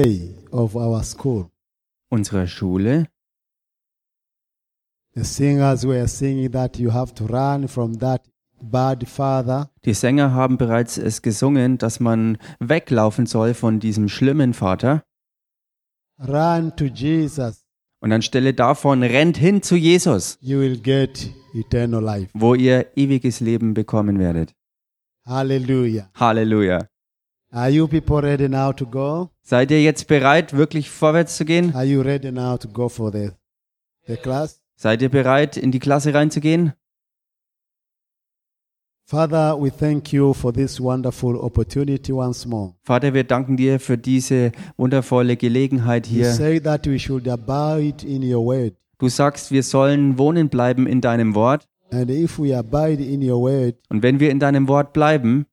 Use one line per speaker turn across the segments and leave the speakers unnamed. day of our school.
unserer Schule.
The singers were singing that you have to run from that bad father.
Die Sänger haben bereits es gesungen, dass man weglaufen soll von diesem schlimmen Vater.
Run to Jesus.
Und anstelle davon rennt hin zu Jesus,
You will get eternal life.
wo ihr ewiges Leben bekommen werdet.
Hallelujah.
Halleluja.
Are you people ready now to go?
Seid ihr jetzt bereit, wirklich vorwärts zu gehen?
Are you ready now to go for the, the class?
Seid ihr bereit, in die Klasse reinzugehen?
Father, we thank you for this wonderful opportunity once more.
Vater, wir danken dir für diese wundervolle Gelegenheit
You
hier.
say that we should abide in your word.
Du sagst, wir sollen wohnen bleiben in deinem Wort.
And if we abide in your word,
Und wenn wir in deinem Wort bleiben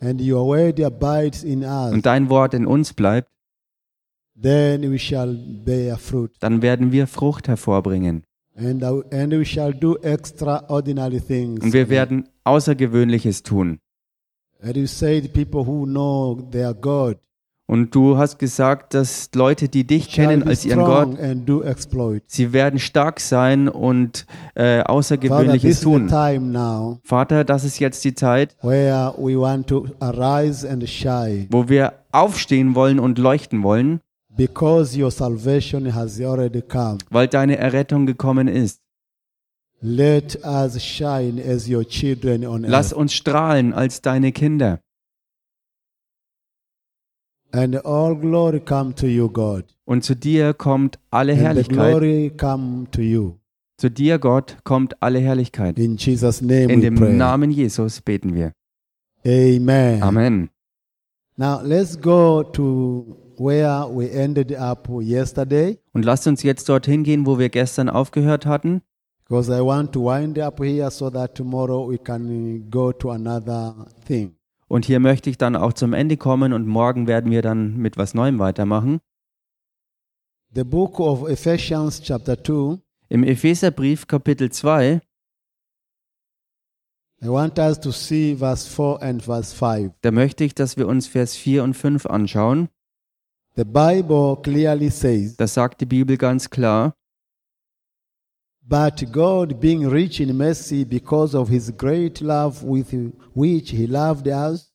and your word abides in us,
und dein Wort in uns bleibt,
then we shall bear fruit.
dann werden wir Frucht hervorbringen.
And, uh, and we shall do extraordinary
Und
things.
wir werden Außergewöhnliches tun.
And you said people who know their God
Und du hast gesagt, dass Leute, die dich
shall
kennen
be
als ihren Gott,
strong and do exploit.
sie werden stark sein und äh,
Father, this
Außergewöhnliches
is the
tun.
time now
Vater, das ist jetzt die Zeit,
where we want to arise and shine
wo wir aufstehen wollen und leuchten wollen,
because your salvation has already come.
weil deine Errettung gekommen ist.
Let us shine as your children on
Lass
earth.
uns strahlen als deine Kinder.
And all glory come to you, God.
Und zu dir kommt alle
And the
Herrlichkeit.
glory come to you.
Zu dir, Gott, kommt alle Herrlichkeit.
In Jesus' name
In
we
dem
pray.
Namen Jesus beten wir.
Amen.
Amen.
Now let's go to where we ended up yesterday
Und lasst uns jetzt dorthin gehen, wo wir gestern aufgehört hatten,
because I want to wind up here so that tomorrow we can go to another thing.
Und hier möchte ich dann auch zum Ende kommen und morgen werden wir dann mit was Neuem weitermachen.
The book of Ephesians chapter 2
Im Epheserbrief Kapitel 2,
I want us to see verse 4 and verse 5.
da möchte ich, dass wir uns Vers 4 und 5 anschauen.
The Bible clearly says,
Das sagt die Bibel ganz klar.
But God, being rich in mercy because of his great love with which he loved us,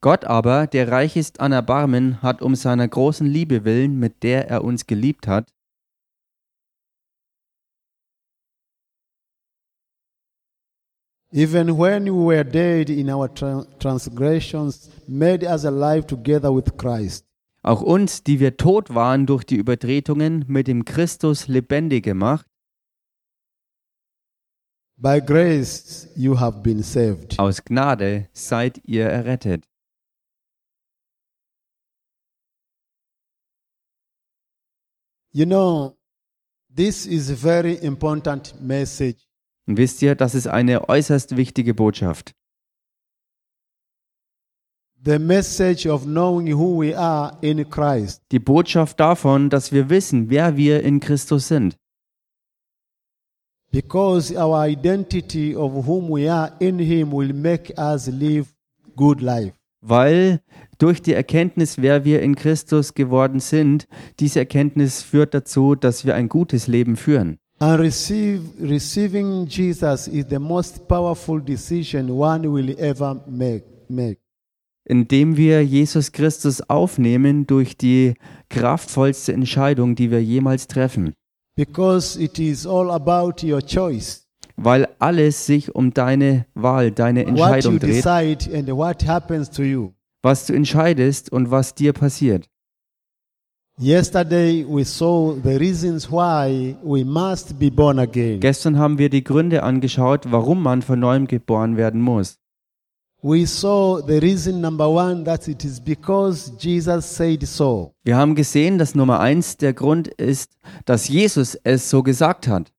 Gott aber, der reich ist an Erbarmen, hat um seiner großen Liebe willen, mit der er uns geliebt hat,
even when we were dead in our tran- transgressions, made us alive together with Christ.
auch uns, die wir tot waren durch die Übertretungen, mit dem Christus lebendig gemacht.
By grace you have been saved.
Aus Gnade seid ihr errettet.
You know, this is a very important message.
Und wisst ihr, das ist eine äußerst wichtige Botschaft.
The message of knowing who we are in Christ.
die Botschaft davon, dass wir wissen, wer wir in Christus sind.
Because our identity of whom we are in Him will make us live good life.
Weil durch die Erkenntnis, wer wir in Christus geworden sind, diese Erkenntnis führt dazu, dass wir ein gutes Leben führen.
And receive, receiving Jesus is the most powerful decision one will ever make. make.
Indem wir Jesus Christus aufnehmen durch die kraftvollste Entscheidung, die wir jemals treffen.
Because it is all about your choice.
Weil alles sich um deine Wahl, deine
What you
Entscheidung dreht,
decide and what happens to you.
was du entscheidest und was dir passiert.
Yesterday we saw the reasons why we must be born again.
Gestern haben wir die Gründe angeschaut, warum man von neuem geboren werden muss.
We saw the reason number one that it is because Jesus said so.
Wir haben gesehen, dass Nummer eins der Grund ist, dass Jesus es so gesagt hat.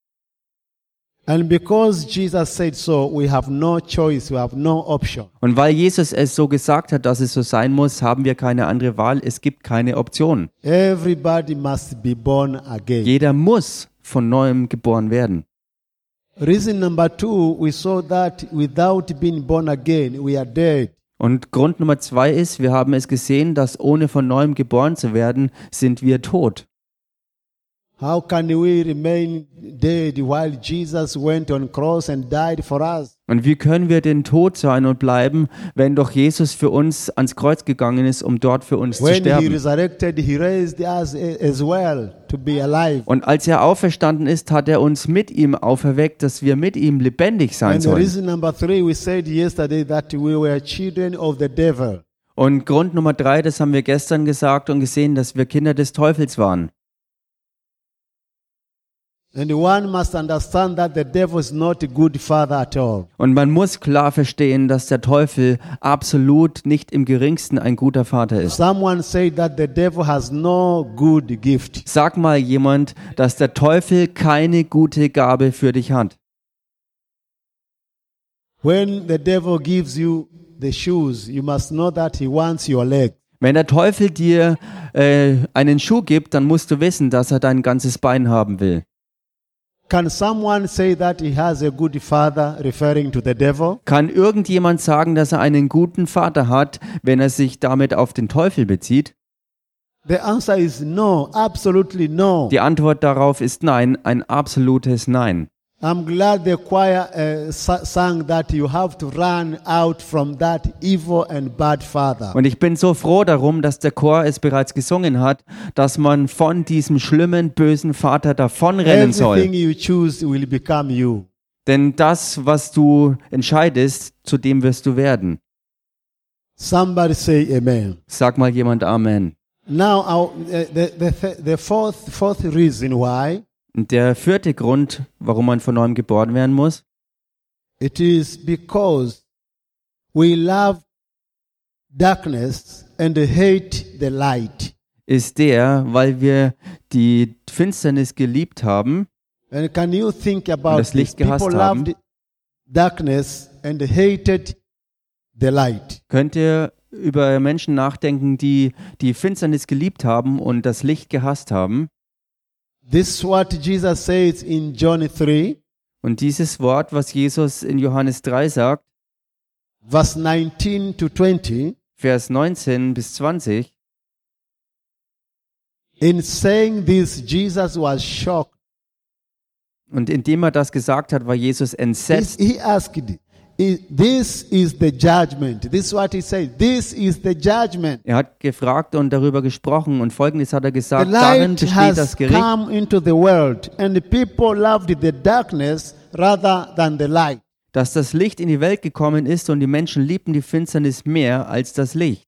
And because Jesus said so, we have no choice, we have no option.
Und weil Jesus es so gesagt hat, dass es so sein muss, haben wir keine andere Wahl. Es gibt keine Option.
Everybody must be born again.
Jeder muss von neuem geboren werden.
Reason number two, we saw that without being born again, we are dead.
Und Grund Nummer zwei ist, wir haben es gesehen, dass ohne von neuem geboren zu werden, sind wir tot.
How can we remain dead while Jesus went on cross and died for us?
Und wie können wir denn tot sein und bleiben, wenn doch Jesus für uns ans Kreuz gegangen ist, um dort für uns zu
When he
sterben?
resurrected, he raised us a- as well to be alive.
Und als er auferstanden ist, hat er uns mit ihm auferweckt, dass wir mit ihm lebendig sein
And the
sollen.
reason number three, we said yesterday that we were children of the devil.
Und Grund Nummer drei, das haben wir gestern gesagt und gesehen, dass wir Kinder des Teufels waren.
And one must understand that the devil is not a good father at all.
Und man muss klar verstehen, dass der Teufel absolut nicht im geringsten ein guter Vater ist.
Someone said that the devil has no good gift.
Sag mal jemand, dass der Teufel keine gute Gabe für dich hat.
When the devil gives you the shoes, you must know that he wants your leg.
Wenn der Teufel dir äh, einen Schuh gibt, dann musst du wissen, dass er dein ganzes Bein haben will.
Can someone say that he has a good father referring to the devil?
Kann irgendjemand sagen, dass er einen guten Vater hat, wenn er sich damit auf den Teufel bezieht?
The answer is no, absolutely no.
Die Antwort darauf ist nein, ein absolutes Nein.
I'm glad the choir uh, sa- sang that you have to run out from that evil and bad father.
Und ich bin so froh darum, dass der Chor es bereits gesungen hat, dass man von diesem schlimmen, bösen Vater davonrennen soll.
Everything you choose will become you.
Denn das, was du entscheidest, zu dem wirst du werden.
Somebody say amen.
Sag mal jemand Amen.
Now, I'll- uh, the, the, th- the fourth, fourth reason why
Und der vierte Grund, warum man von neuem geboren werden muss,
it is because we love darkness and hate the light.
ist der, weil wir die Finsternis geliebt haben.
And can you think about
das Licht
this?
gehasst
People
haben.
loved darkness and hated the light.
Könnt ihr über Menschen nachdenken, die die Finsternis geliebt haben und das Licht gehasst haben?
This is what Jesus says in John 3,
Und dieses Wort, was Jesus in Johannes 3 sagt,
verse 19 to 20.
Vers 19 bis 20,
In saying this, Jesus was shocked.
und indem er das gesagt hat, war Jesus entsetzt
He, he asked, "I- This is the judgment. This is what he said. This is the judgment.
Er hat gefragt und darüber gesprochen und folgendes hat er
The
gesagt,
light
darin besteht
has
das Gericht.
come into the world, and the people loved the darkness rather than the light.
dass das Licht in die Welt gekommen ist und die Menschen liebten die Finsternis mehr als das Licht.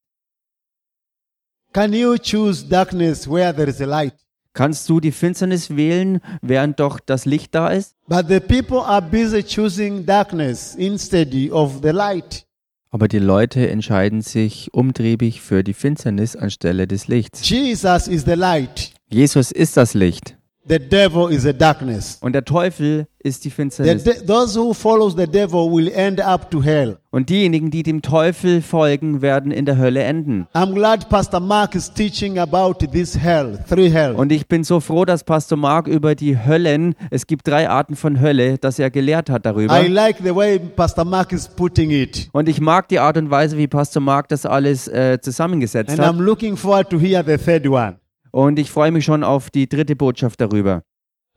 Can you choose darkness where there is a light?
Kannst du die Finsternis wählen, während doch das Licht da ist?
But the people are busy choosing darkness instead of the light.
Aber die Leute entscheiden sich umtriebig für die Finsternis anstelle des Lichts.
Jesus is the light.
Jesus ist das Licht
The devil is the darkness.
und der Teufel ist die
The
Finsternis.
de- those who follows the devil will end up to hell.
Und diejenigen, die dem Teufel folgen, werden in der Hölle enden.
I'm glad Pastor Mark is teaching about this hell, three hell.
Und ich bin so froh, dass Pastor Mark über die Höllen, es gibt drei Arten von Hölle, dass er gelehrt hat darüber.
I like the way Pastor Mark is putting it.
Und ich mag die Art und Weise, wie Pastor Mark das alles äh, zusammengesetzt
And
hat.
I'm looking forward to hear the third one.
Und ich freue mich schon auf die dritte Botschaft darüber.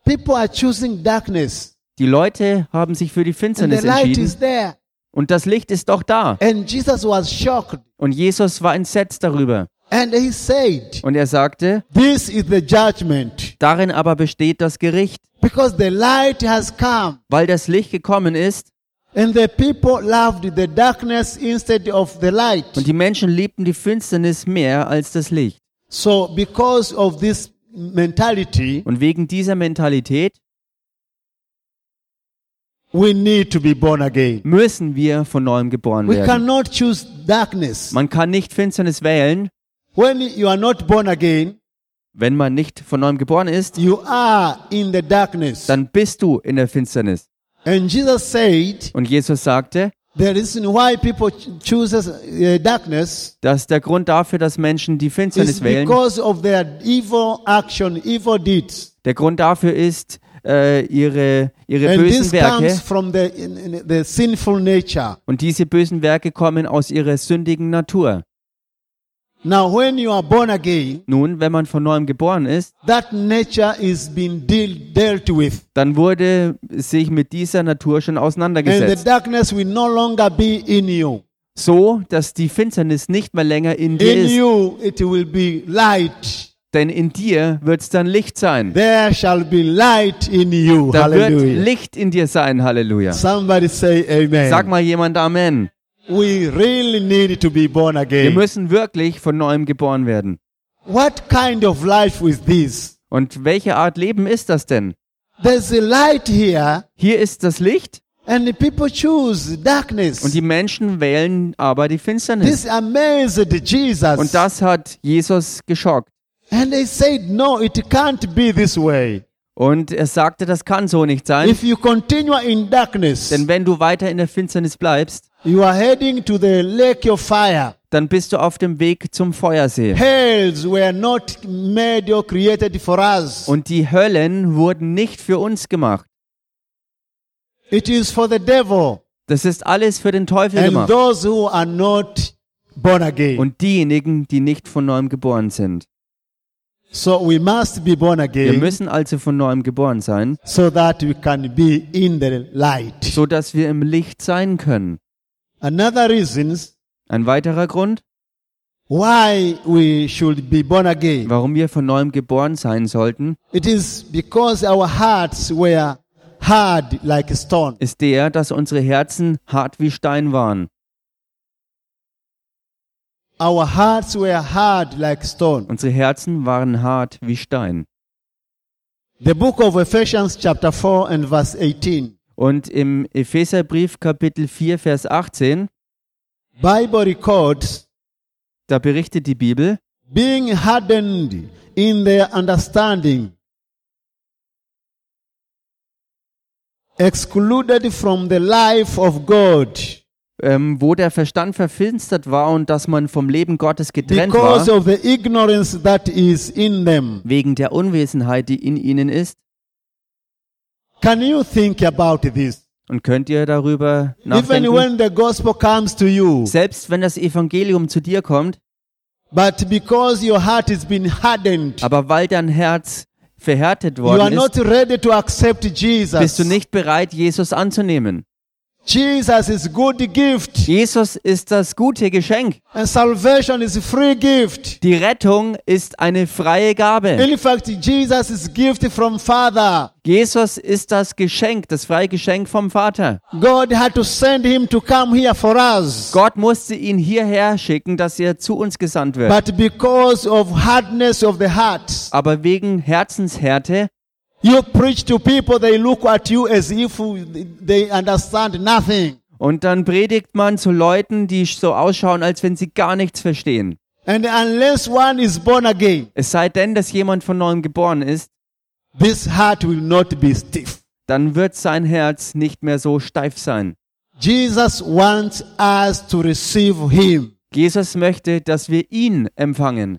People are choosing darkness.
Die Leute haben sich für die
And the
Finsternis
light is
entschieden.
there.
Und das Licht ist doch da.
And Jesus was shocked.
Und Jesus war entsetzt darüber.
And he said,
Und er sagte,
This is the judgment.
darin aber besteht das Gericht,
Because the light has come,
weil das Licht gekommen ist.
and the people loved the darkness instead of the light.
Und die Menschen liebten die Finsternis mehr als das Licht.
So, because of this mentality,
Und wegen dieser Mentalität
we need to be born again.
müssen wir von neuem geboren
We
werden.
cannot choose darkness.
Man kann nicht Finsternis wählen,
When you are not born again,
wenn man nicht von neuem geboren ist.
you are in the darkness.
dann bist du in der Finsternis.
And Jesus said,
Und Jesus sagte,
the reason why people ch- choose uh, darkness
dass der Grund dafür, dass Menschen die
is
Finsternis wählen,
because of their evil action, evil deeds.
der Grund dafür ist, äh, ihre, ihre
And
bösen
this
Werke.
comes from the, in, in the sinful nature.
Und diese bösen Werke kommen aus ihrer sündigen Natur.
Now, when you are born again,
Nun, wenn man von neuem geboren ist,
that nature is being deal, dealt with.
dann wurde sich mit dieser Natur schon
And the
auseinandergesetzt.
darkness will no longer be in you.
So, dass die Finsternis nicht mehr länger in dir
In
ist.
you, it will be light.
Denn in dir wird es dann Licht sein.
There shall be light in you.
Da wird
Hallelujah.
Licht in dir sein. Halleluja.
Somebody say amen.
Sag mal jemand Amen.
We really need to be born
Wir
again.
müssen wirklich von neuem geboren werden.
What kind of life is this?
Und welche Art Leben ist das denn?
There's a light here,
Hier ist das Licht
and the people choose
und
darkness.
die Menschen wählen aber die Finsternis.
This amazed Jesus.
Und das hat Jesus geschockt.
and they said, No, it can't be this way.
Und er sagte, das kann so nicht sein,
If you continue in darkness,
denn wenn du weiter in der Finsternis bleibst,
you are heading to the lake of fire.
dann bist du auf dem Weg zum Feuersee.
Hells were not made or created for us.
Und die Höllen wurden nicht für uns gemacht.
It is for the devil
Das ist alles für den Teufel
and
gemacht.
those who are not born again.
Und diejenigen, die nicht von neuem geboren sind.
So we must be born
Wir
again
müssen also von neuem geboren sein,
so that we can be in the light.
so dass wir im Licht sein können.
Another reason
Ein weiterer Grund,
why we should be born again.
warum wir von neuem geboren sein sollten,
It is because our hearts were hard like stone.
ist der, dass unsere Herzen hart wie Stein waren.
Our hearts were hard like stone.
Unsere Herzen waren hart wie Stein.
The book of Ephesians chapter 4 and verse 18.
Und im Epheserbrief Kapitel 4, Vers 18,
Bible records
da berichtet die Bibel,
being hardened in their understanding, excluded from the life of God
ähm, wo der Verstand verfinstert war und dass man vom Leben Gottes getrennt
because
war,
of the ignorance that is in them.
wegen der Unwesenheit, die in ihnen ist.
Can you think about this?
Und könnt ihr darüber
Even
nachdenken?
when the gospel comes to you,
Selbst wenn das Evangelium zu dir kommt,
but because your heart has been hardened,
aber weil dein Herz verhärtet
you are
worden ist,
not ready to accept
bist
Jesus.
du nicht bereit, Jesus anzunehmen.
Jesus is good gift,
Jesus ist das gute Geschenk.
and salvation is free gift.
Die Rettung ist eine freie Gabe.
In fact, Jesus is gift from Father.
Jesus ist das Geschenk, das freie Geschenk vom Vater.
God had to send him to come here for us.
Gott musste ihn hierher schicken, dass er zu uns gesandt wird.
But because of hardness of the heart,
Aber wegen Herzenshärte
you preach to people, they look at you as if they understand nothing.
und dann predigt man zu Leuten, die so ausschauen, als wenn sie gar nichts verstehen.
And unless one is born again,
Es sei denn, dass jemand von neuem geboren ist,
this heart will not be stiff.
dann wird sein Herz nicht mehr so steif sein.
Jesus wants us to receive him.
Jesus möchte, dass wir ihn empfangen.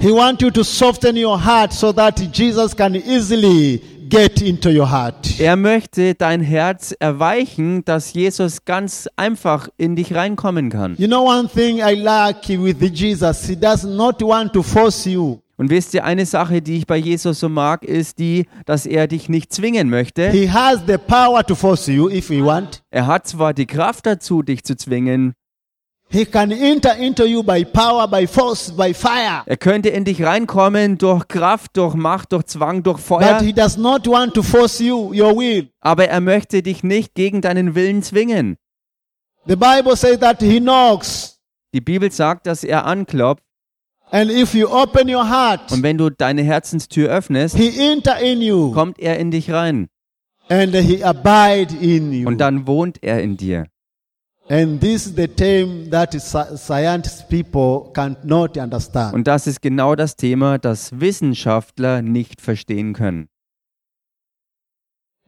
He wants you to soften your heart so that Jesus can easily get into your heart.
Er möchte dein Herz erweichen, dass Jesus ganz einfach in dich reinkommen kann.
You know one thing I like with Jesus, he does not want to force you.
Und wisst ihr, eine Sache, die ich bei Jesus so mag, ist die, dass er dich nicht zwingen möchte.
He has the power to force you if he want.
Er hat zwar die Kraft dazu, dich zu zwingen.
He can enter into you by power, by force, by fire.
Er könnte in dich reinkommen durch Kraft, durch Macht, durch Zwang, durch
But
Feuer.
he does not want to force you, your will.
Aber er möchte dich nicht gegen deinen Willen zwingen.
The Bible says that he knocks.
Die Bibel sagt, dass er anklopft.
And if you open your heart,
Und wenn du deine Herzenstür öffnest,
he enter in you
kommt er in dich rein.
and he abide in you.
Und dann wohnt er in dir.
And this is the term that sci- science people cannot understand.
Und das ist genau das Thema, das Wissenschaftler nicht verstehen können.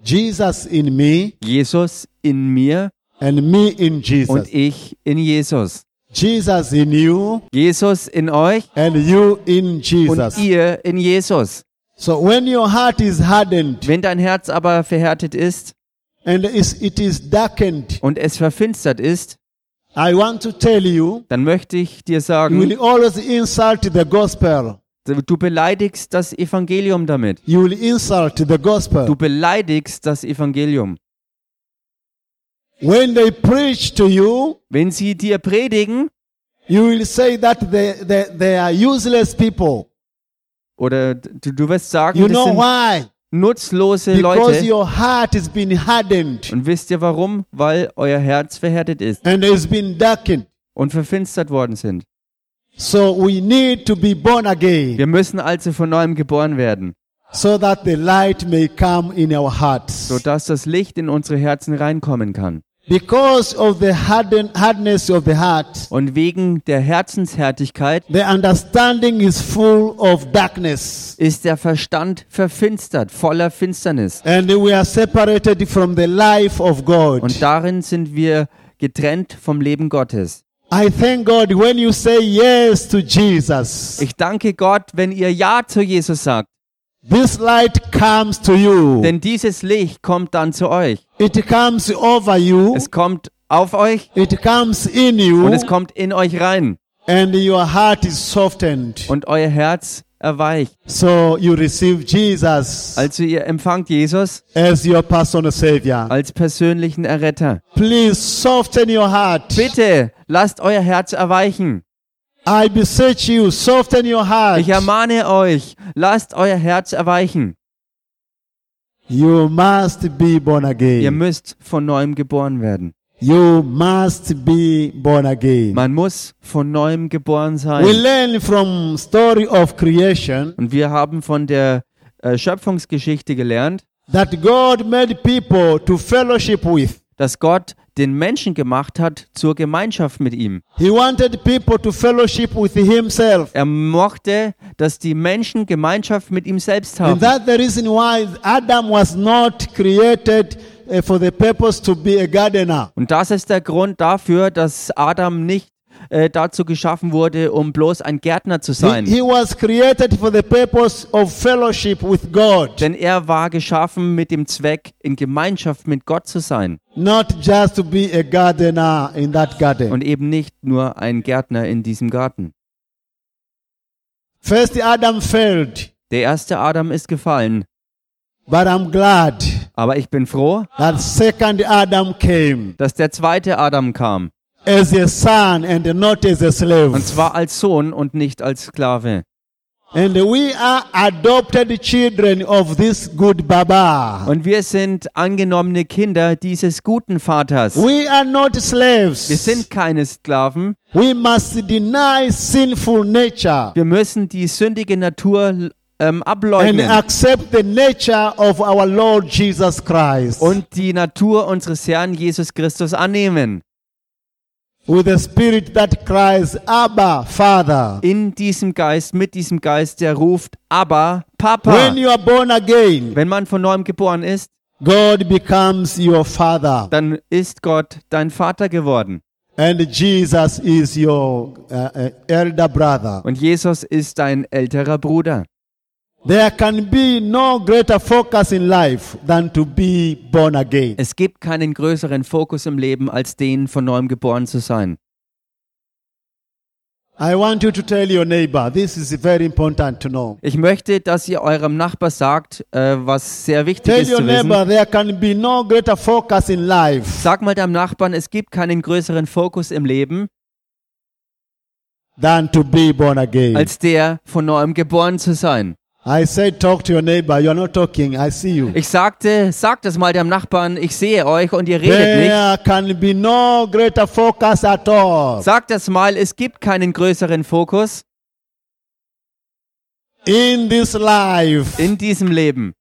Jesus in me
Jesus in mir
and me in Jesus.
und ich in Jesus.
Jesus in you
Jesus in euch
and you in
und
Jesus.
ihr in Jesus.
So when your heart is hardened
Wenn dein Herz aber verhärtet ist
and is- it is darkened,
und es verfinstert ist,
I want to tell you,
dann möchte ich dir
you
sagen,
will always insult the gospel.
du beleidigst das Evangelium damit.
You will insult the
Du
gospel.
beleidigst das Evangelium.
When they preach to you,
Wenn sie dir predigen
you will say that they, they, they are useless people.
oder du, du wirst sagen,
You
das
know
sind
why?
nutzlose
Because
Leute.
your heart has been hardened
Und wisst ihr warum? Weil euer Herz verhärtet ist
and has been darkened.
und verfinstert worden sind.
So we need to be born again
Wir müssen also von neuem geboren werden,
so that the light may come in our hearts.
sodass das Licht in unsere Herzen reinkommen kann.
Because of the harden, hardness of the heart,
Und wegen der Herzenshärtigkeit
the understanding is full of darkness.
ist der Verstand verfinstert, voller Finsternis.
And we are separated from the life of God.
Und darin sind wir getrennt vom Leben Gottes.
I thank God when you say yes to Jesus,
Ich danke Gott, wenn ihr Ja zu Jesus sagt.
this light comes to you.
Denn dieses Licht kommt dann zu euch.
It comes over you.
Es kommt auf euch
It comes in
und
you
es kommt in euch rein.
and your heart is softened.
Und euer Herz erweicht.
So you receive Jesus
Also ihr empfangt Jesus
as your personal savior.
als persönlichen Erretter.
Please soften your heart.
Bitte lasst euer Herz erweichen.
I beseech you, soften your heart.
Ich ermahne euch, lasst euer Herz erweichen.
You must be born
Ihr
again.
müsst von neuem geboren werden.
You must be born again.
Man muss von neuem geboren
We
sein.
learn from story of creation
Und wir haben von der äh, Schöpfungsgeschichte gelernt,
that God made people to fellowship with.
dass Gott den Menschen gemacht hat zur Gemeinschaft mit ihm.
He wanted people to fellowship with himself.
Er mochte, dass die Menschen Gemeinschaft mit ihm selbst haben.
And that's the reason why Adam was not created uh, for the purpose to be a gardener.
Und das ist der Grund dafür, dass Adam nicht äh, dazu geschaffen wurde, um bloß ein Gärtner zu
He,
sein.
he was created for the purpose of fellowship with God,
Denn er war geschaffen mit dem Zweck, in Gemeinschaft mit Gott zu sein
not just to be a gardener in that garden.
und eben nicht nur ein Gärtner in diesem Garten.
First, Adam failed,
Der erste Adam ist gefallen,
but I'm glad
aber ich bin froh,
that second Adam came
dass der zweite Adam kam.
as a son and not as a slave.
Und zwar als Sohn und nicht als Sklave.
And we are adopted children of this good Baba.
Und wir sind angenommene Kinder dieses guten Vaters.
We are not slaves.
Wir sind keine Sklaven.
We must deny sinful nature
Wir müssen die sündige Natur ähm,
and
ableugnen
accept the nature of our Lord Jesus Christ
und die Natur unseres Herrn Jesus Christus annehmen.
with the spirit that cries, Abba, Father.
In diesem Geist, mit diesem Geist, der ruft, aber Papa.
When you are born again,
Wenn man von neuem geboren ist,
God becomes your Father,
dann ist Gott dein Vater geworden.
and Jesus is your uh, uh, elder brother.
Und Jesus ist dein älterer Bruder.
There can be no greater focus in life than to be born again.
Es gibt keinen größeren Fokus im Leben, als den, von neuem geboren zu sein.
I want you to tell your neighbor, this is very important to know.
Ich möchte, dass ihr eurem Nachbar sagt, äh, was sehr wichtig
Tell
ist
your
zu wissen.
neighbor there can be no greater focus in life
Sag mal deinem Nachbarn, es gibt keinen größeren Fokus im Leben,
than to be born again.
als der, von neuem geboren zu sein.
I said, talk to your neighbor. You are not talking. I see you.
Ich sagte, sagt es mal deinem Nachbarn, ich sehe euch und ihr redet nicht.
There can be no greater focus at all
Sagt es mal, es gibt keinen größeren Fokus
in this life
in diesem Leben,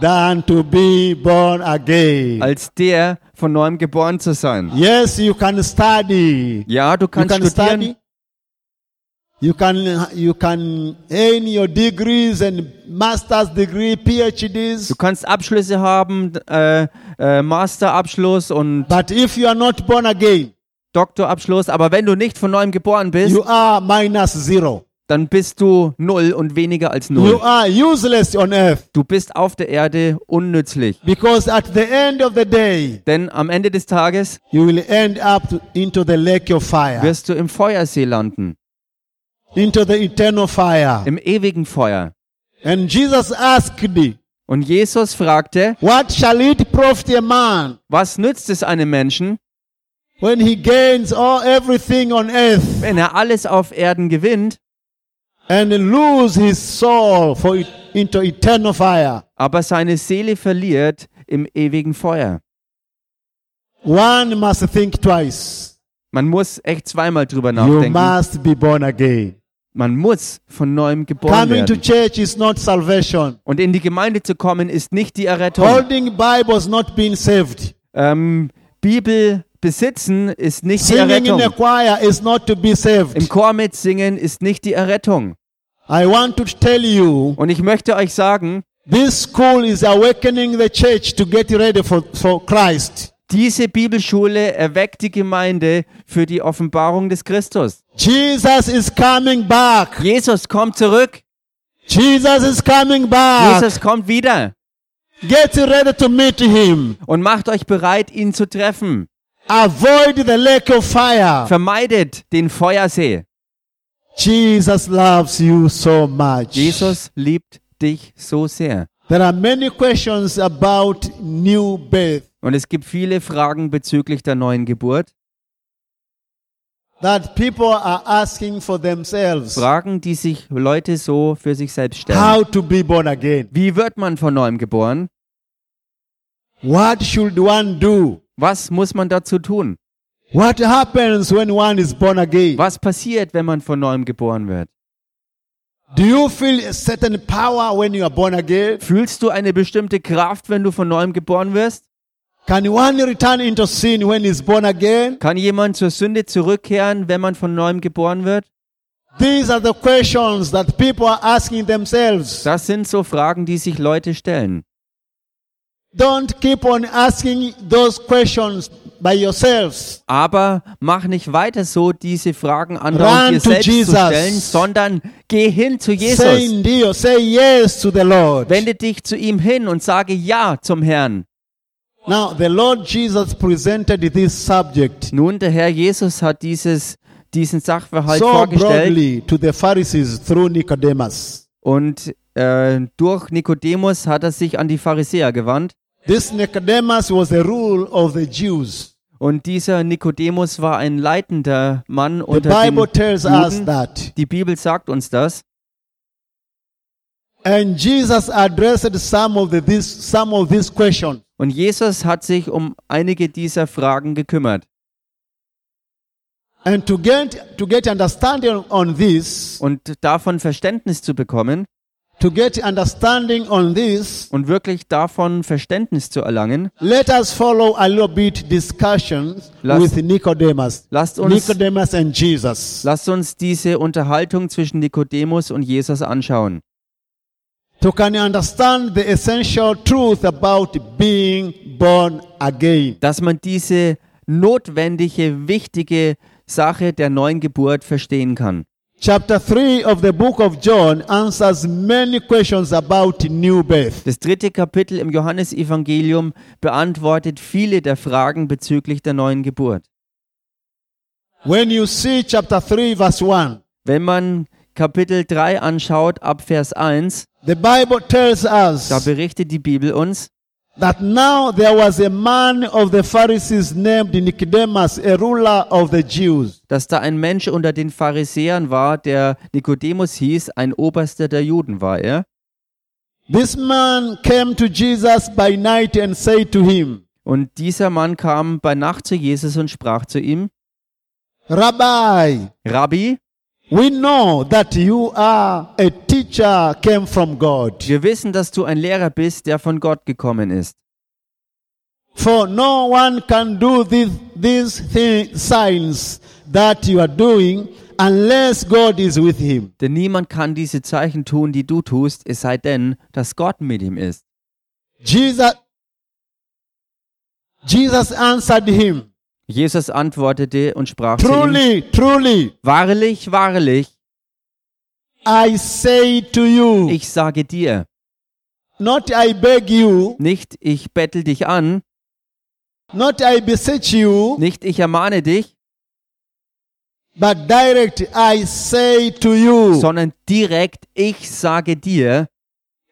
than to be born again.
als der, von neuem geboren zu sein.
Yes, you can study.
Ja, du
You
kannst
can
studieren,
study. You can you can earn your degrees and master's degree, PhDs.
du kannst Abschlüsse haben, äh, äh, Masterabschluss und
But if you are not born again,
Doktorabschluss, aber wenn du nicht von neuem geboren bist,
you are minus zero.
dann bist du null und weniger als
You
null.
are useless on earth
Du bist auf der Erde unnützlich.
because at the end of the day,
Denn am Ende des Tages
you will end up to- into the lake of fire,
wirst du im Feuersee landen,
into the eternal fire.
im ewigen Feuer.
And Jesus asked, thee,
Und Jesus fragte,
What shall it profit a man
was nützt es einem Menschen,
when he gains all everything on earth
wenn er alles auf Erden gewinnt,
and lose his soul for it, into eternal fire?
aber seine Seele verliert im ewigen Feuer?
One must think twice.
Man muss echt zweimal drüber
You
nachdenken.
must be born again.
Man muss von neuem geboren
Coming to
werden.
church is not salvation.
Und in die Gemeinde zu kommen ist nicht die Errettung.
Holding Bibles not being saved.
Ähm, Bibel besitzen ist nicht die
Singing in a
Errettung.
choir is not to be
Im
saved.
Chor mitsingen ist nicht die Errettung.
I want to tell you,
Und ich möchte euch sagen,
this school is awakening the church to get ready for, for Christ.
diese Bibelschule erweckt die Gemeinde für die Offenbarung des Christus.
Jesus is coming back.
Jesus kommt zurück.
Jesus is coming back.
Jesus kommt wieder
Get ready to meet him.
und macht euch bereit, ihn zu treffen.
Avoid the lake of fire.
Vermeidet den Feuersee.
Jesus loves you so much.
Jesus liebt dich so sehr.
There are many questions about new birth
Und es gibt viele Fragen bezüglich der neuen Geburt.
that people are asking for themselves.
Fragen, die sich Leute so für sich selbst stellen.
How to be born again?
Wie wird man von neuem geboren?
What should one do?
Was muss man dazu tun?
What happens when one is born again?
Was passiert, wenn man von neuem geboren wird?
Do you feel a certain power when you are born again?
Fühlst du eine bestimmte Kraft, wenn du von neuem geboren wirst?
Can one return into sin when he's born again?
Kann jemand zur Sünde zurückkehren, wenn man von neuem geboren wird?
These are the questions that people are asking themselves.
Das sind so Fragen, die sich Leute stellen.
Don't keep on asking those questions by yourselves.
Aber mach nicht weiter so, diese Fragen anderen
Run
dir
to
selbst zu
Jesus.
stellen, sondern geh hin zu Jesus.
Say, dear, say yes to the Lord.
Wende dich zu ihm hin und sage Ja zum Herrn.
Now, the Lord Jesus presented this subject
Nun, der Herr Jesus hat dieses, diesen Sachverhalt
so
vorgestellt
broadly to the Pharisees through Nicodemus.
und äh, durch Nikodemus hat er sich an die Pharisäer gewandt.
This Nicodemus was the rule of the Jews.
Und dieser Nikodemus war ein leitender Mann
The
unter
Bible
den
tells us
Juden.
that.
Die Bibel sagt uns das.
And Jesus addressed some of the, this, some of these questions.
Und Jesus hat sich um einige dieser Fragen gekümmert.
And to get, to get understanding on this,
Und davon Verständnis zu bekommen
to get understanding on this,
und wirklich davon Verständnis zu erlangen,
Let us follow a little bit discussions
Lasst-
with Nicodemus.
lasst uns-
Nicodemus and Jesus.
lasst uns diese Unterhaltung zwischen Nikodemus und Jesus anschauen.
To can understand the essential truth about being born again.
dass man diese notwendige, wichtige Sache der neuen Geburt verstehen kann.
Chapter 3 of the book of John answers many questions about new birth.
Das dritte Kapitel im Johannesevangelium beantwortet viele der Fragen bezüglich der neuen Geburt.
When you see chapter 3 verse 1,
Wenn man Kapitel 3 anschaut, ab Vers 1,
the Bible tells
da
us
berichtet die Bibel uns,
that now there was a man of the Pharisees named Nicodemus, a ruler of the Jews.
dass da ein Mensch unter den Pharisäern war, der Nikodemus hieß, ein Oberster der Juden war er.
This man came to Jesus by night and said to him,
Und dieser Mann kam bei Nacht zu Jesus und sprach zu ihm,
Rabbi,
Rabbi,
we know that you are a teacher came from God.
Wir wissen, dass du ein Lehrer bist, der von Gott gekommen ist.
For no one can do these, these thi- signs that you are doing unless God is with him.
Denn niemand kann diese Zeichen tun, die du tust, es sei denn, dass Gott mit ihm ist.
Jesus, Jesus answered him,
Jesus antwortete und sprach zu ihm,
Truly, truly,
Wahrlich, wahrlich,
I say to you,
Ich sage dir,
not I beg you,
nicht ich bettel dich an,
not I beseech you,
nicht ich ermahne dich,
but direct I say to you,
sondern direkt ich sage dir,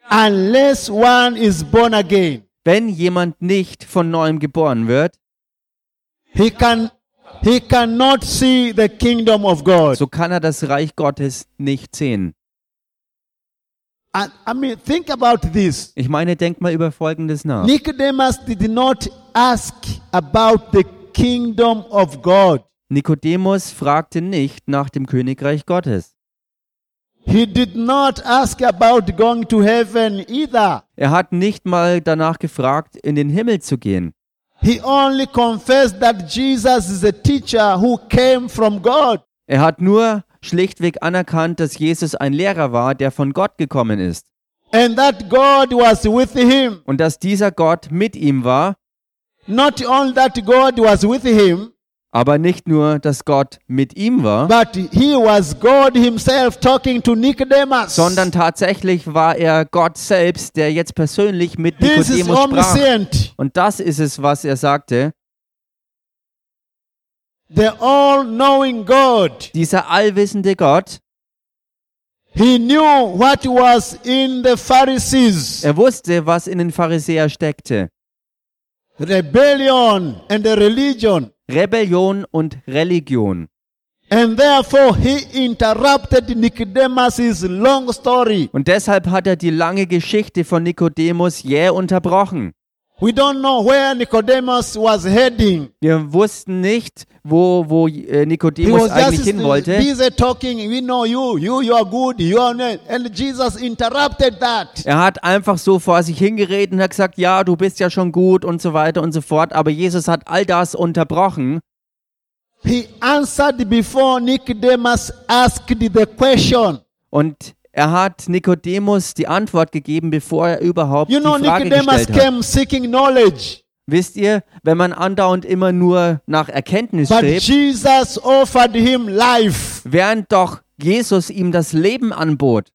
unless one is born again,
wenn jemand nicht von neuem geboren wird,
he can he cannot see the kingdom of God.
so kann er das Reich Gottes nicht sehen.
And I mean, think about this.
Ich meine, denk mal über Folgendes nach.
Nicodemus did not ask about the kingdom of God.
Nikodemus fragte nicht nach dem Königreich Gottes.
He did not ask about going to heaven either.
Er hat nicht mal danach gefragt, in den Himmel zu gehen.
He only confessed that Jesus is a teacher who came from God.
Er hat nur schlichtweg anerkannt, dass Jesus ein Lehrer war, der von Gott gekommen ist.
and that God was with him.
Und dass dieser Gott mit ihm war,
Not only that God was with him,
aber nicht nur, dass Gott mit ihm war,
but he was God himself talking to Nicodemus.
sondern tatsächlich war er Gott selbst, der jetzt persönlich mit
this is
Nikodemus sprach.
omniscient,
Und das ist es, was er sagte.
the all knowing God.
Dieser allwissende Gott,
He knew what was in the Pharisees,
er wusste, was in den Pharisäer steckte.
rebellion, and the religion.
Rebellion und Religion.
And therefore, he interrupted Nicodemus' long story.
Und deshalb hat er die lange Geschichte von Nikodemus jäh unterbrochen.
We don't know where Nicodemus was heading.
Wir wussten nicht, wo, wo äh,
He
Nikodemus
was
eigentlich
just
hin wollte.
busy talking. We know you. You, you are good. You are not. And Jesus interrupted that.
Er hat einfach so vor sich hingeredet und hat gesagt, ja, du bist ja schon gut und so weiter und so fort. Aber Jesus hat all das unterbrochen.
He answered before Nicodemus asked the question.
Und er hat Nikodemus die Antwort gegeben, bevor er überhaupt
You know,
die Frage
Nicodemus
gestellt hat.
came seeking knowledge,
Wisst ihr, wenn man andauernd immer nur nach Erkenntnis
but
strebt,
Jesus offered him life.
während doch Jesus ihm das Leben anbot.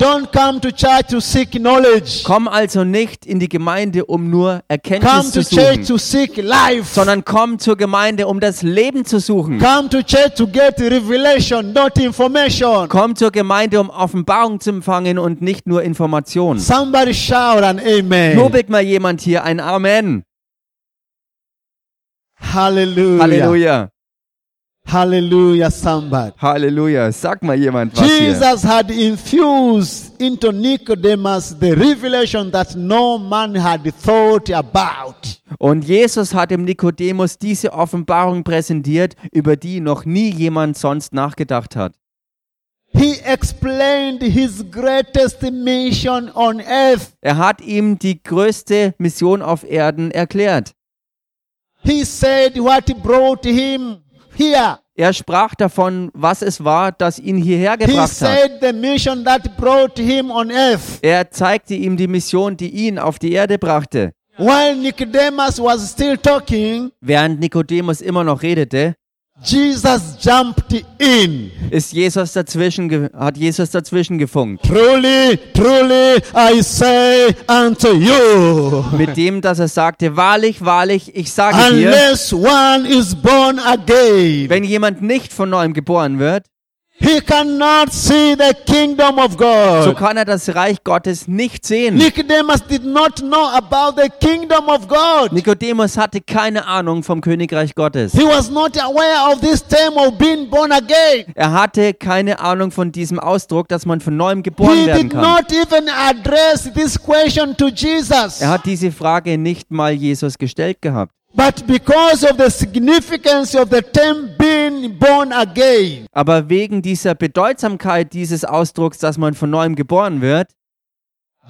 Don't come to church to seek knowledge.
Komm also nicht in die Gemeinde, um nur
Come
Erkenntnis zu
to church
suchen,
to seek life.
sondern komm zur Gemeinde, um das Leben zu suchen.
Come to church to get revelation, not information.
Komm zur Gemeinde, um Offenbarung zu empfangen und nicht nur Informationen.
Somebody shout an amen.
Jubelt mal jemand hier ein Amen.
Hallelujah.
Halleluja.
Hallelujah, somebody.
Halleluja. Sag mal jemand was hier.
Jesus had infused into Nicodemus the revelation that no man had thought about.
Und Jesus hat dem Nikodemus diese Offenbarung präsentiert, über die noch nie jemand sonst nachgedacht hat.
He explained his greatest mission on earth.
Er hat ihm die größte Mission auf Erden erklärt.
He said what brought him here.
Er sprach davon, was es war, das ihn hierher
He
gebracht hat.
said the mission that brought him on earth.
Er zeigte ihm die Mission, die ihn auf die Erde brachte.
While Nicodemus was still talking,
Während Nikodemus immer noch redete,
Jesus jumped in.
ist Jesus dazwischen ge- hat Jesus dazwischen gefunkt.
Truly, truly, I say unto you.
Mit dem, dass er sagte, wahrlich, wahrlich, ich sage dir,
Unless one is born again,
wenn jemand nicht von neuem geboren wird,
he cannot see the kingdom of
so
God.
kann er das Reich Gottes nicht sehen.
Nicodemus did not know about the kingdom of God.
Nikodemus hatte keine Ahnung vom Königreich Gottes.
He was not aware of this term of being born again.
Er hatte keine Ahnung von diesem Ausdruck, dass man von neuem geboren
He
werden
did
kann.
not even address this question to Jesus.
Er hat diese Frage nicht mal Jesus gestellt gehabt.
But because of the significance of the term being born again,
Aber wegen dieser Bedeutsamkeit dieses Ausdrucks, dass man von neuem geboren wird,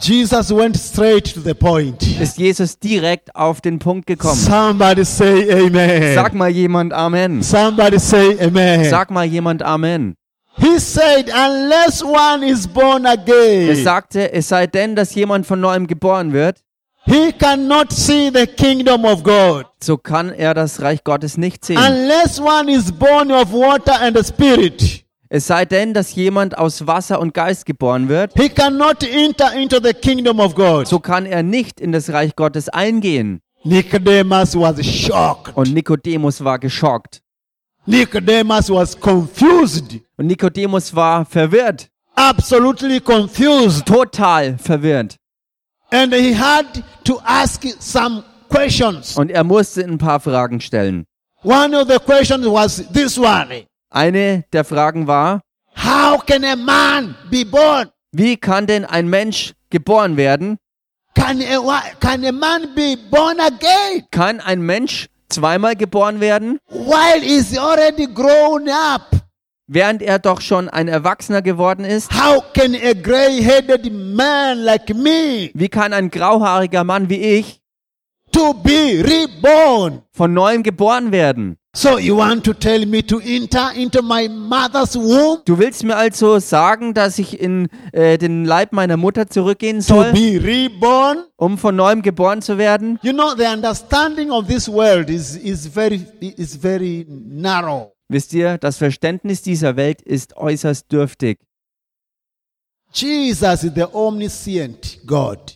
Jesus went straight to the point.
ist Jesus direkt auf den Punkt gekommen.
Somebody say amen.
Sag mal jemand Amen.
Somebody say amen.
Sag mal jemand Amen.
He said, unless one is born
Er
again,
sagte, es sei denn, dass jemand von neuem geboren wird,
he cannot see the kingdom of God.
so kann er das Reich Gottes nicht sehen.
Unless one is born of water and the spirit,
Es sei denn, dass jemand aus Wasser und Geist geboren wird,
he cannot enter into the kingdom of God.
so kann er nicht in das Reich Gottes eingehen.
Nicodemus was shocked.
Und Nikodemus war geschockt.
Nicodemus was confused.
Und Nikodemus war verwirrt,
Absolutely confused.
total verwirrt.
And he had to ask some questions.
Und er musste ein paar Fragen stellen.
One of the questions was this one
Eine der Fragen war,
How can a man be born?
wie kann denn ein Mensch geboren werden?
Can a, wa- can a man be born again
Kann ein Mensch zweimal geboren werden,
while he's already grown up?
während er doch schon ein Erwachsener geworden ist?
How can a gray headed man like me
Wie kann ein grauhaariger Mann wie ich
to be reborn?
von neuem geboren werden?
So you want to tell me to enter into my mother's womb
Du willst mir also sagen, dass ich in äh, den Leib meiner Mutter zurückgehen
to
soll,
be reborn?
um von neuem geboren zu werden?
You know the understanding of this world is is very is very narrow.
Wisst ihr, das Verständnis dieser Welt ist äußerst dürftig.
Jesus is the omniscient God,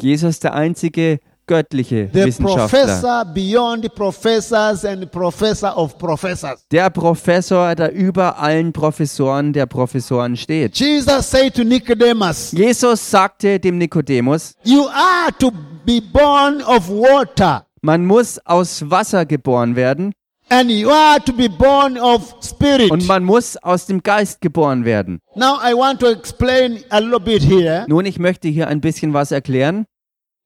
Jesus der einzige göttliche
the
Wissenschaftler.
professor beyond professors and professor of professors.
Der Professor, der über allen Professoren der Professoren steht.
Jesus said to Nicodemus,
Jesus sagte dem Nikodemus,
"You are to be born of water."
man muss aus Wasser geboren werden
and you are to be born of spirit.
und man muss aus dem Geist geboren werden.
Now I want to explain a little bit here
Nun, ich möchte hier ein bisschen was erklären,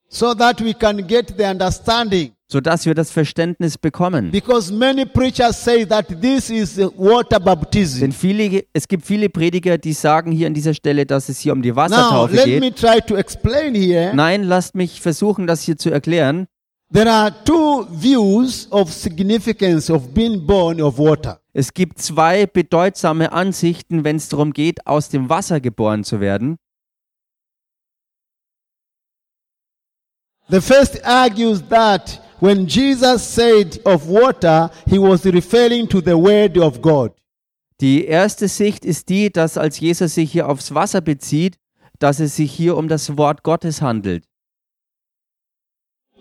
so that we can get the understanding
sodass wir das Verständnis bekommen.
because many preachers say that this is uh, water baptism.
Denn viele, es gibt viele Prediger, die sagen hier an dieser Stelle, dass es hier um die
Now
Wassertaufe
let me
geht.
try to explain here.
Nein, lasst mich versuchen, das hier zu erklären.
There are two views of significance of being born of water.
Es gibt zwei bedeutsame Ansichten, wenn es darum geht, aus dem Wasser geboren zu werden.
The first argues that when Jesus said of water, he was referring to the word of God.
Die erste Sicht ist die, dass als Jesus sich hier aufs Wasser bezieht, dass es sich hier um das Wort Gottes handelt.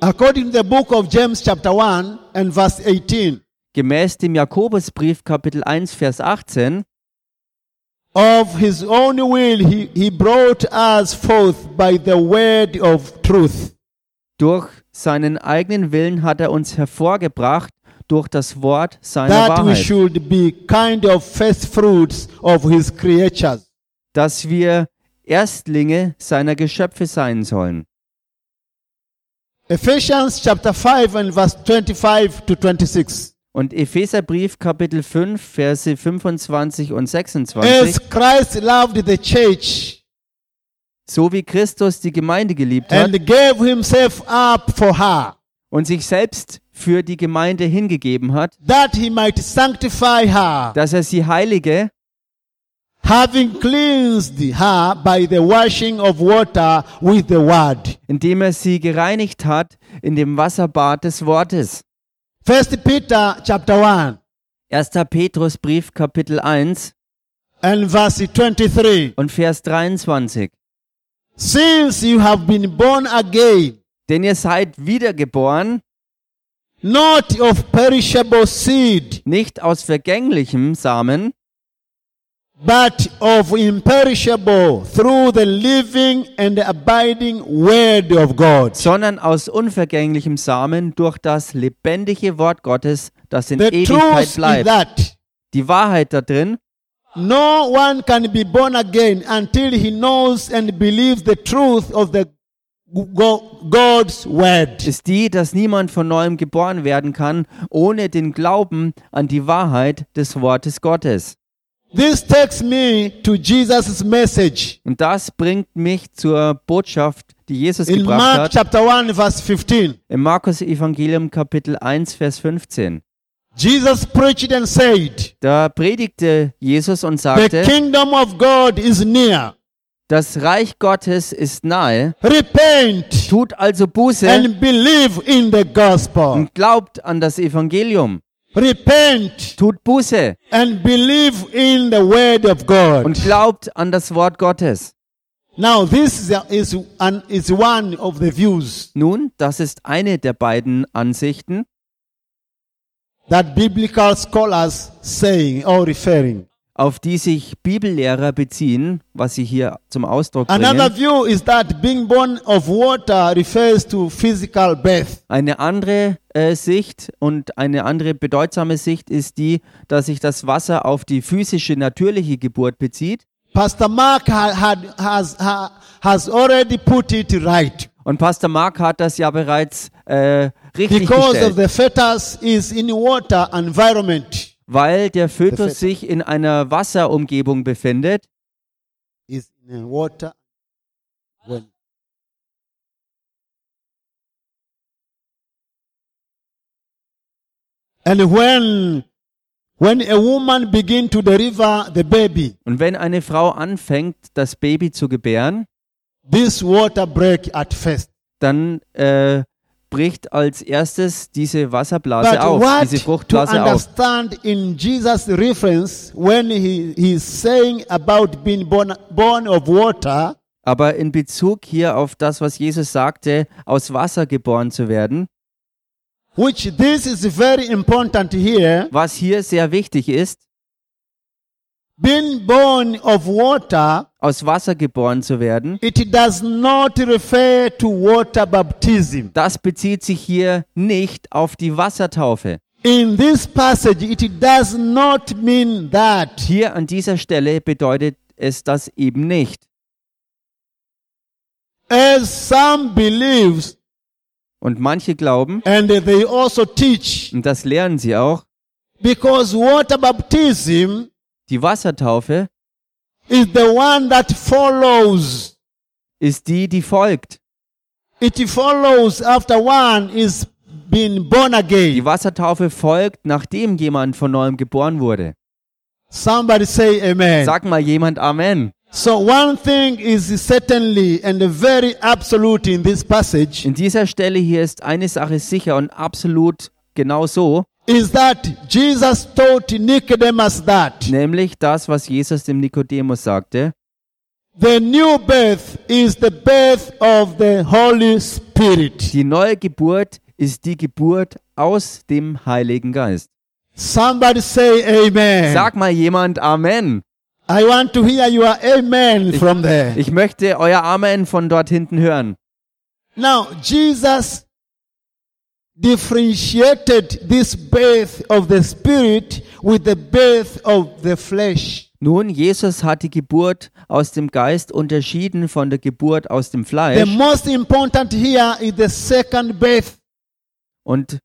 According to the book of James chapter 1 and verse 18,
Gemäß dem Jakobusbrief Kapitel 1 Vers 18
Of his own will he, he brought us forth by the word of truth,
Durch seinen eigenen Willen hat er uns hervorgebracht durch das Wort seiner
that we
Wahrheit,
should be kind of first fruits of his creatures.
dass wir Erstlinge seiner Geschöpfe sein sollen.
Ephesians chapter 5 and verse 25 to 26.
Und Epheserbrief Kapitel 5 Verse 25 und 26
As Christ loved the church
So wie Christus die Gemeinde geliebt hat
and gave himself up for her,
und sich selbst für die Gemeinde hingegeben hat,
that he might sanctify her,
dass er sie heilige,
having cleansed her by the washing of water with the word.
indem er sie gereinigt hat in dem Wasserbad des Wortes.
First Peter chapter 1
1. Petrusbrief Kapitel 1
and verse 23.
und Vers 23.
Since you have been born again,
Denn ihr seid wiedergeboren,
not of perishable seed,
nicht aus vergänglichem Samen,
but of imperishable through the living and abiding word of God.
sondern aus unvergänglichem Samen durch das lebendige Wort Gottes, das in
The
Ewigkeit
truth is
bleibt.
that
Die Wahrheit da drin,
no one can be born again until he knows and believes the truth of the go- God's word.
ist die, dass niemand von neuem geboren werden kann, ohne den Glauben an die Wahrheit des Wortes Gottes.
This takes me to Jesus' message
Und das bringt mich zur Botschaft, die Jesus
in
gebracht
Mark
hat,
chapter 1 verse 15.
im Markus Evangelium Kapitel 1, Vers 15.
Jesus preached and said,
Da predigte Jesus und
The
sagte,
kingdom of God is near.
das Reich Gottes ist nahe,
Repent
tut also Buße
and believe in the gospel.
Mm. und glaubt an das Evangelium.
Repent
Tut Buße
and believe in the word of God.
und glaubt an das Wort Gottes.
Now, this is, a- is, an, is one of the views
Nun, das ist eine der beiden Ansichten,
that biblical scholars saying or referring.
auf die sich Bibellehrer beziehen, was sie hier zum Ausdruck
Another
bringen.
view is that being born of water refers to physical birth.
Eine andere äh, Sicht und eine andere bedeutsame Sicht ist die, dass sich das Wasser auf die physische, natürliche Geburt bezieht.
Pastor Mark ha- had, has, ha- has already put it right.
Und Pastor Mark hat das ja bereits äh, richtig
Because
gestellt.
of the fetus is in water environment.
weil der
Der Fetus.
Fötus sich in einer Wasserumgebung befindet.
Is in a water well. And when when a woman begin to deliver the baby,
Und wenn eine Frau anfängt, das Baby zu gebären,
this water break at first.
dann äh, bricht als erstes diese Wasserblase
But
auf,
what
diese
to
Fruchtblase auf.
understand in Jesus' reference when he, he is saying about being born, born of water,
Aber in Bezug hier auf das, was Jesus sagte, aus Wasser geboren zu werden,
which this is very important here.
was hier sehr wichtig ist,
Being born of water,
aus Wasser geboren zu werden,
it does not refer to water baptism.
das bezieht sich hier nicht auf die Wassertaufe.
In this passage, it does not mean that.
Hier an dieser Stelle bedeutet es das eben nicht.
As some believes,
Und manche glauben,
and they also teach,
Und das lernen sie auch.
because water baptism
Die Wassertaufe
is the one that follows
ist die, die folgt.
It follows after one is being born
Die
again.
Wassertaufe folgt, nachdem jemand von neuem geboren wurde.
Somebody say amen.
Sag mal jemand Amen.
So one thing is certainly and very absolute in this passage
In dieser Stelle hier ist eine Sache sicher und absolut genau so,
is that Jesus taught Nicodemus that
nämlich das, was Jesus dem Nikodemus sagte.
the new birth is the birth of the Holy Spirit.
Die neue Geburt ist die Geburt aus dem Heiligen Geist.
Somebody say amen.
Sag mal jemand Amen.
I want to hear your amen from there.
Ich möchte euer Amen von dort hinten hören.
Now, Jesus differentiated this birth of the spirit with the birth of the flesh.
Nun, Jesus hat die Geburt aus dem Geist unterschieden von der Geburt aus dem
The
Fleisch.
most important here is the second birth,
Und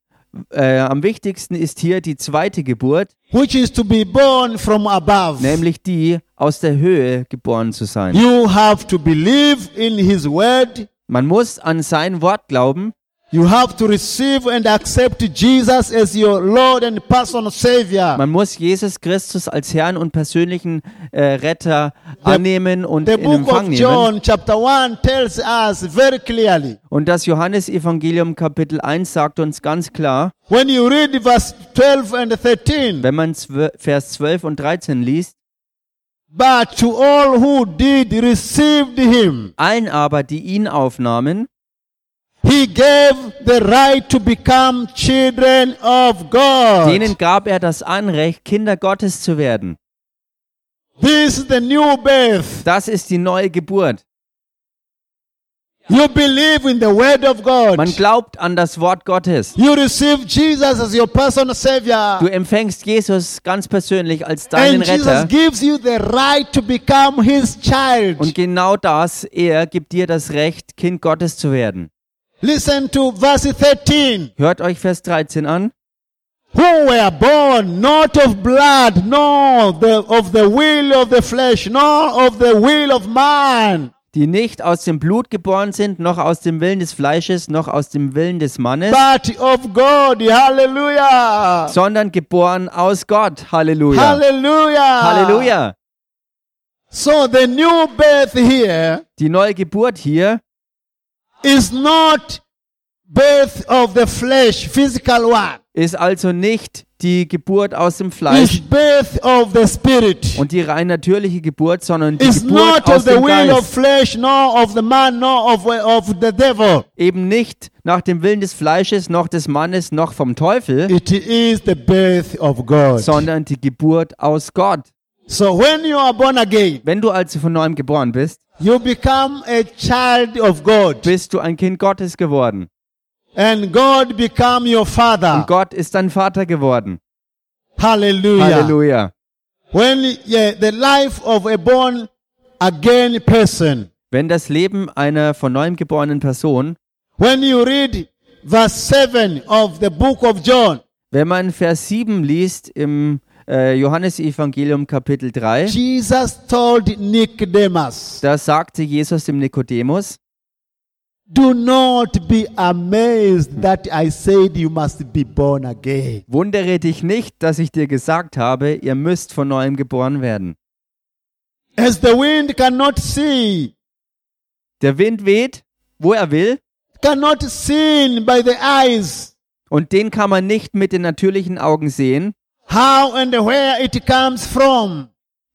äh, am wichtigsten ist hier die zweite Geburt,
which is to be born from above.
nämlich die, aus der Höhe geboren zu sein.
You have to believe in his word.
Man muss an sein Wort glauben.
You have to receive and accept Jesus as your Lord and personal Savior.
Man muss Jesus Christus als Herrn und persönlichen äh, Retter annehmen und
The
in
book
Empfang
of
nehmen.
John, chapter 1, tells us very clearly
Und das Johannesevangelium Kapitel 1 sagt uns ganz klar,
when you read verse 12 and 13.
wenn man zwö- Vers 12 und 13 liest,
But to all who did receive him,
allen aber, die ihn aufnahmen,
he gave the right to become children of
Denen
God.
gab er das Anrecht, Kinder Gottes zu werden.
This is the new birth.
Das ist die neue Geburt.
You believe in the word of God.
Man glaubt an das Wort Gottes.
You receive Jesus as your personal
Du
savior.
empfängst Jesus ganz persönlich als deinen
And Jesus
Retter.
gives you the right to become his
Und
child.
genau das, er gibt dir das Recht, Kind Gottes zu werden.
Listen to verse 13.
Hört euch Vers 13 an.
Who were born not of blood, nor the, of the will of the flesh, nor of the will of man.
Die nicht aus dem Blut geboren sind, noch aus dem Willen des Fleisches, noch aus dem Willen des Mannes,
but of God. Hallelujah.
sondern geboren aus Gott. Halleluja.
Hallelujah.
Halleluja.
So the new birth here
Die neue Geburt hier
is not birth of the flesh, physical one,
ist also nicht die Geburt aus dem
is
Fleisch
birth of the spirit.
und die rein natürliche Geburt, sondern die
It's
Geburt
not of
aus
the
dem
will of
Geist.
flesh, nor of the man, nor of, of the devil.
Eben nicht nach dem Willen des Fleisches, noch des Mannes, noch vom Teufel,
It is the birth of God.
sondern die Geburt aus Gott.
So when you are born again,
Wenn du also von neuem geboren bist,
you become a child of God,
bist du ein Kind Gottes geworden.
and God become your father.
Und Gott ist dein Vater geworden.
Hallelujah.
Halleluja.
When yeah, the life of a born again person,
Wenn das Leben einer von neuem geborenen Person,
when you read verse 7 of the book of John,
wenn man Vers 7 liest im äh, Johannesevangelium Kapitel
Eh?
3,
Jesus told Nicodemus,
da sagte Jesus dem Nikodemus,
Do not be amazed that I said you must be born again.
wundere dich nicht, dass ich dir gesagt habe, ihr müsst von neuem geboren werden.
As the wind cannot see,
Der Wind weht, wo er will,
cannot seen by the eyes,
und den kann man nicht mit den natürlichen Augen sehen.
how and where it comes from.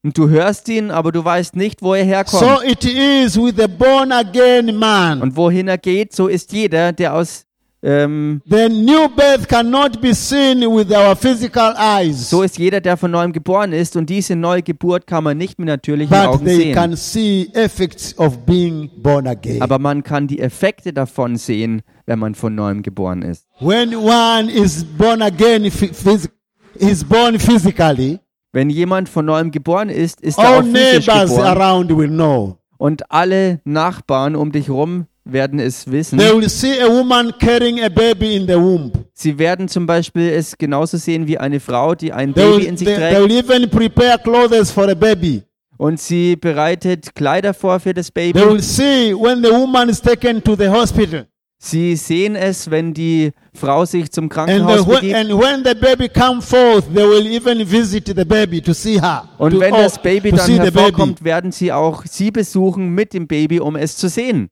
Und du hörst ihn, aber du weißt nicht, wo er herkommt.
So it is with the born again man.
Und wohin er geht, so ist jeder, der aus ähm,
The new birth cannot be seen with our physical eyes,
so ist jeder, der von neuem geboren ist. Und diese neue Geburt kann man nicht mit natürlichen
but
Augen
they
sehen.
can see effects of being born again.
Aber man kann die Effekte davon sehen, wenn man von neuem geboren ist.
When one is born again, phy- phys- is born physically,
Wenn jemand von neuem geboren ist, ist er
all
auch physisch
neighbors
geboren.
around will know.
Und alle Nachbarn um dich rum werden es wissen.
They will see a woman carrying a baby in the womb.
Sie werden zum Beispiel es genauso sehen wie eine Frau, die ein
They
Baby
will,
in sich
they- they
trägt
will even prepare clothes for a baby.
und sie bereitet Kleider vor für das
They
Baby.
will see when the woman is taken to the hospital.
Sie sehen es, wenn die Frau sich zum
And, the,
Krankenhaus
when,
begibt.
and when the baby come forth, they will even visit the baby to see her.
Und
to,
wenn
oh,
das Baby
to
dann
see the baby.
hervorkommt, werden sie auch sie besuchen mit dem Baby, um es zu sehen.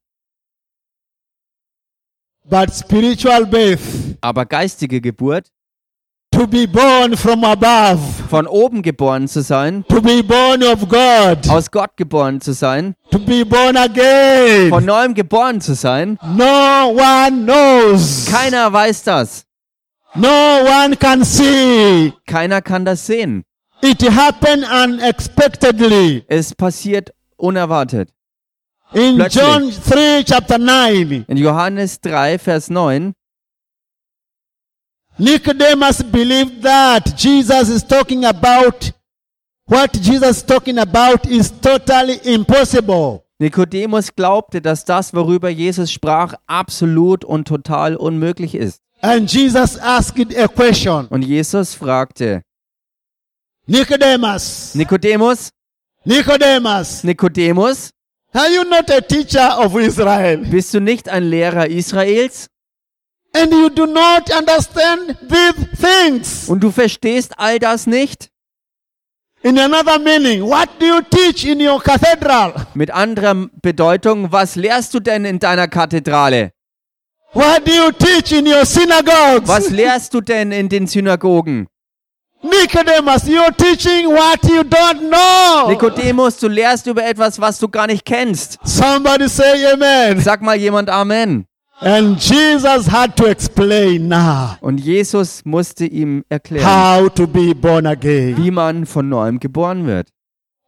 But spiritual birth,
Aber geistige Geburt,
to be born from above,
von oben geboren zu sein,
to be born of God,
aus Gott geboren zu sein,
to be born again.
von neuem geboren zu sein,
No one knows.
keiner weiß das.
No one can see.
Keiner kann das sehen.
It happened unexpectedly.
Es passiert unerwartet.
In
Plötzlich.
John 3, chapter 9,
In Johannes 3, Vers 9,
Nicodemus believed that Jesus is talking about what Jesus is talking about is totally impossible.
Nikodemus glaubte, dass das, worüber Jesus sprach, absolut und total unmöglich ist.
And Jesus asked a question.
Und Jesus fragte,
Nicodemus,
Nikodemus,
Nicodemus,
Nikodemus,
are you not a teacher of Israel?
bist du nicht ein Lehrer Israels?
And you do not understand these things.
Und du verstehst all das nicht?
In another meaning, what do you teach in your cathedral?
Mit anderer Bedeutung, was lehrst du denn in deiner Kathedrale?
What do you teach in your synagogues?
Was lehrst du denn in den Synagogen?
Nicodemus, you're teaching what you don't know.
Nikodemus, du lehrst über etwas, was du gar nicht kennst.
Somebody say amen.
Sag mal jemand Amen.
And Jesus had to explain now
Und Jesus musste ihm erklären,
how to be born again.
wie man von neuem geboren wird.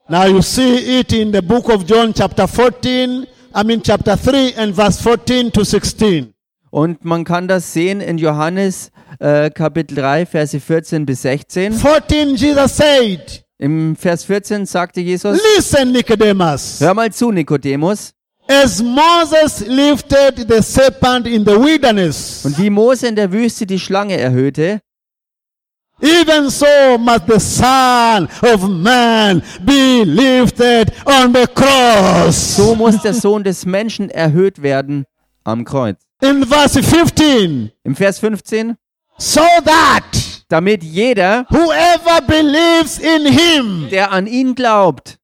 Now you see it in the book of John chapter 14, I mean chapter 3 and verse 14 to 16.
Und man kann das sehen in Johannes äh, Kapitel 3, Verse 14 bis 16.
14 Jesus said,
Im Vers 14 sagte Jesus,
Listen Nicodemus,
hör mal zu, Nikodemus.
as Moses lifted the serpent in the wilderness,
Und wie Mose in der Wüste die Schlange erhöhte,
Even so must the Son of Man be lifted on the cross.
so muss der Sohn des Menschen erhöht werden am Kreuz.
In verse 15,
Im Vers 15,
so that
damit jeder,
whoever believes in him,
der an ihn glaubt,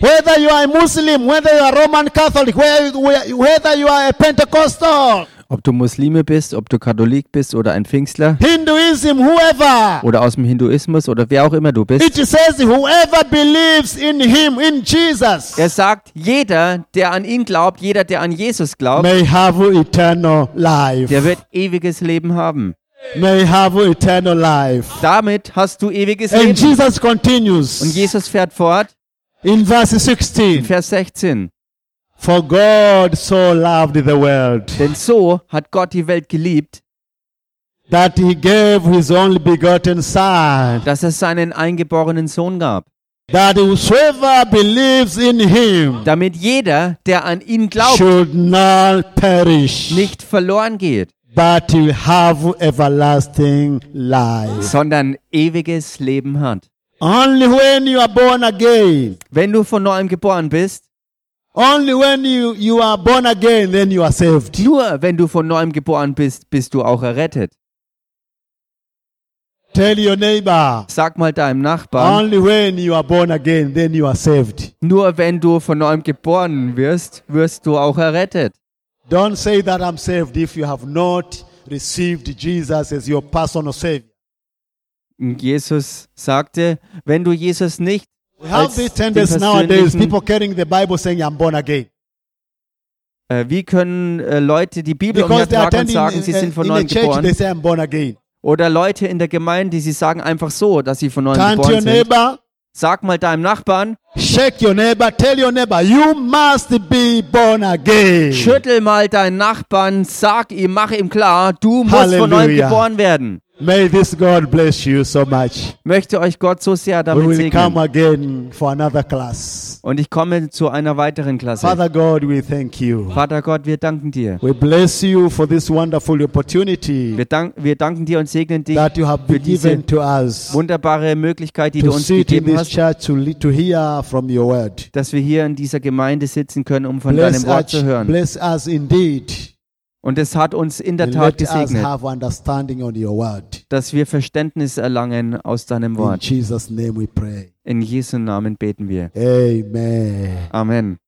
whether you are a Muslim, whether you are Roman Catholic, whe- whe- whether you are a Pentecostal,
Ob du Muslime bist, ob du Katholik bist oder ein Pfingstler
Hinduism, whoever.
oder aus dem Hinduismus oder wer auch immer du
It
bist.
says, whoever believes in him, in Jesus,
Er sagt, jeder, der an ihn glaubt, jeder, der an Jesus glaubt,
may have eternal life.
der wird ewiges Leben haben.
May have eternal life.
Damit hast du ewiges
And
Leben.
Jesus
Und
continues
Jesus fährt fort,
in verse 16
Vers 16.
For God so loved the world
Denn so hat Gott die Welt geliebt,
that he gave his only begotten Son,
dass es seinen eingeborenen Sohn gab.
that whosoever believes in him
Damit jeder, der an ihn glaubt,
should not perish,
nicht verloren geht,
but will have everlasting life.
sondern ewiges Leben hat.
Only when you are born again,
Wenn du von neuem geboren bist,
only when you, you are born again, then you are saved.
nur wenn du von neuem geboren bist, bist du auch errettet.
Tell your neighbor,
Sag mal deinem Nachbarn,
only when you are born again, then you are saved.
nur wenn du von neuem geboren wirst, wirst du auch errettet.
Don't say that I'm saved if you have not received Jesus as your personal Savior.
Und Jesus sagte, wenn du Jesus nicht
We have
Als
this
den
tendency nowadays,
persönlichen-
people carrying the Bible saying, I'm born again.
Äh, wie können äh, Leute die Bibel
Because they
umhertragen und
attend in,
sagen, sie sind von
in a
neuem
church, they
geboren?
say, I'm born again.
Oder Leute in der Gemeinde, sie sagen einfach so, dass sie von neuem
Turn to your
geboren sind.
neighbor,
Sag mal deinem Nachbarn,
shake your neighbor, tell your neighbor, you must be born again.
schüttel mal deinen Nachbarn, sag ihm, mach ihm klar, du musst von neuem
Halleluja.
geboren werden.
May this God bless you so much.
Möchte euch Gott so sehr
We
damit
will come
segnen.
again for another class.
Und ich komme zu einer weiteren Klasse.
Father God, we thank you.
Vater Gott, wir danken dir.
We bless you for this wonderful opportunity
Wir, dank, wir danken dir und segnen dich
that you have
für
been given
diese
to us
wunderbare Möglichkeit, die du
to
uns
sit in
gegeben
this
hast,
church to, li- to hear from your word.
dass wir hier in dieser Gemeinde sitzen können, um von
Bless
deinem Wort
us,
zu hören.
bless us indeed.
Und es hat uns in der
And
Tat
let us
gesegnet,
have understanding on your word.
dass wir Verständnis erlangen aus deinem
In
Wort.
Jesus' name we pray.
In Jesu Namen beten wir.
Amen.
Amen.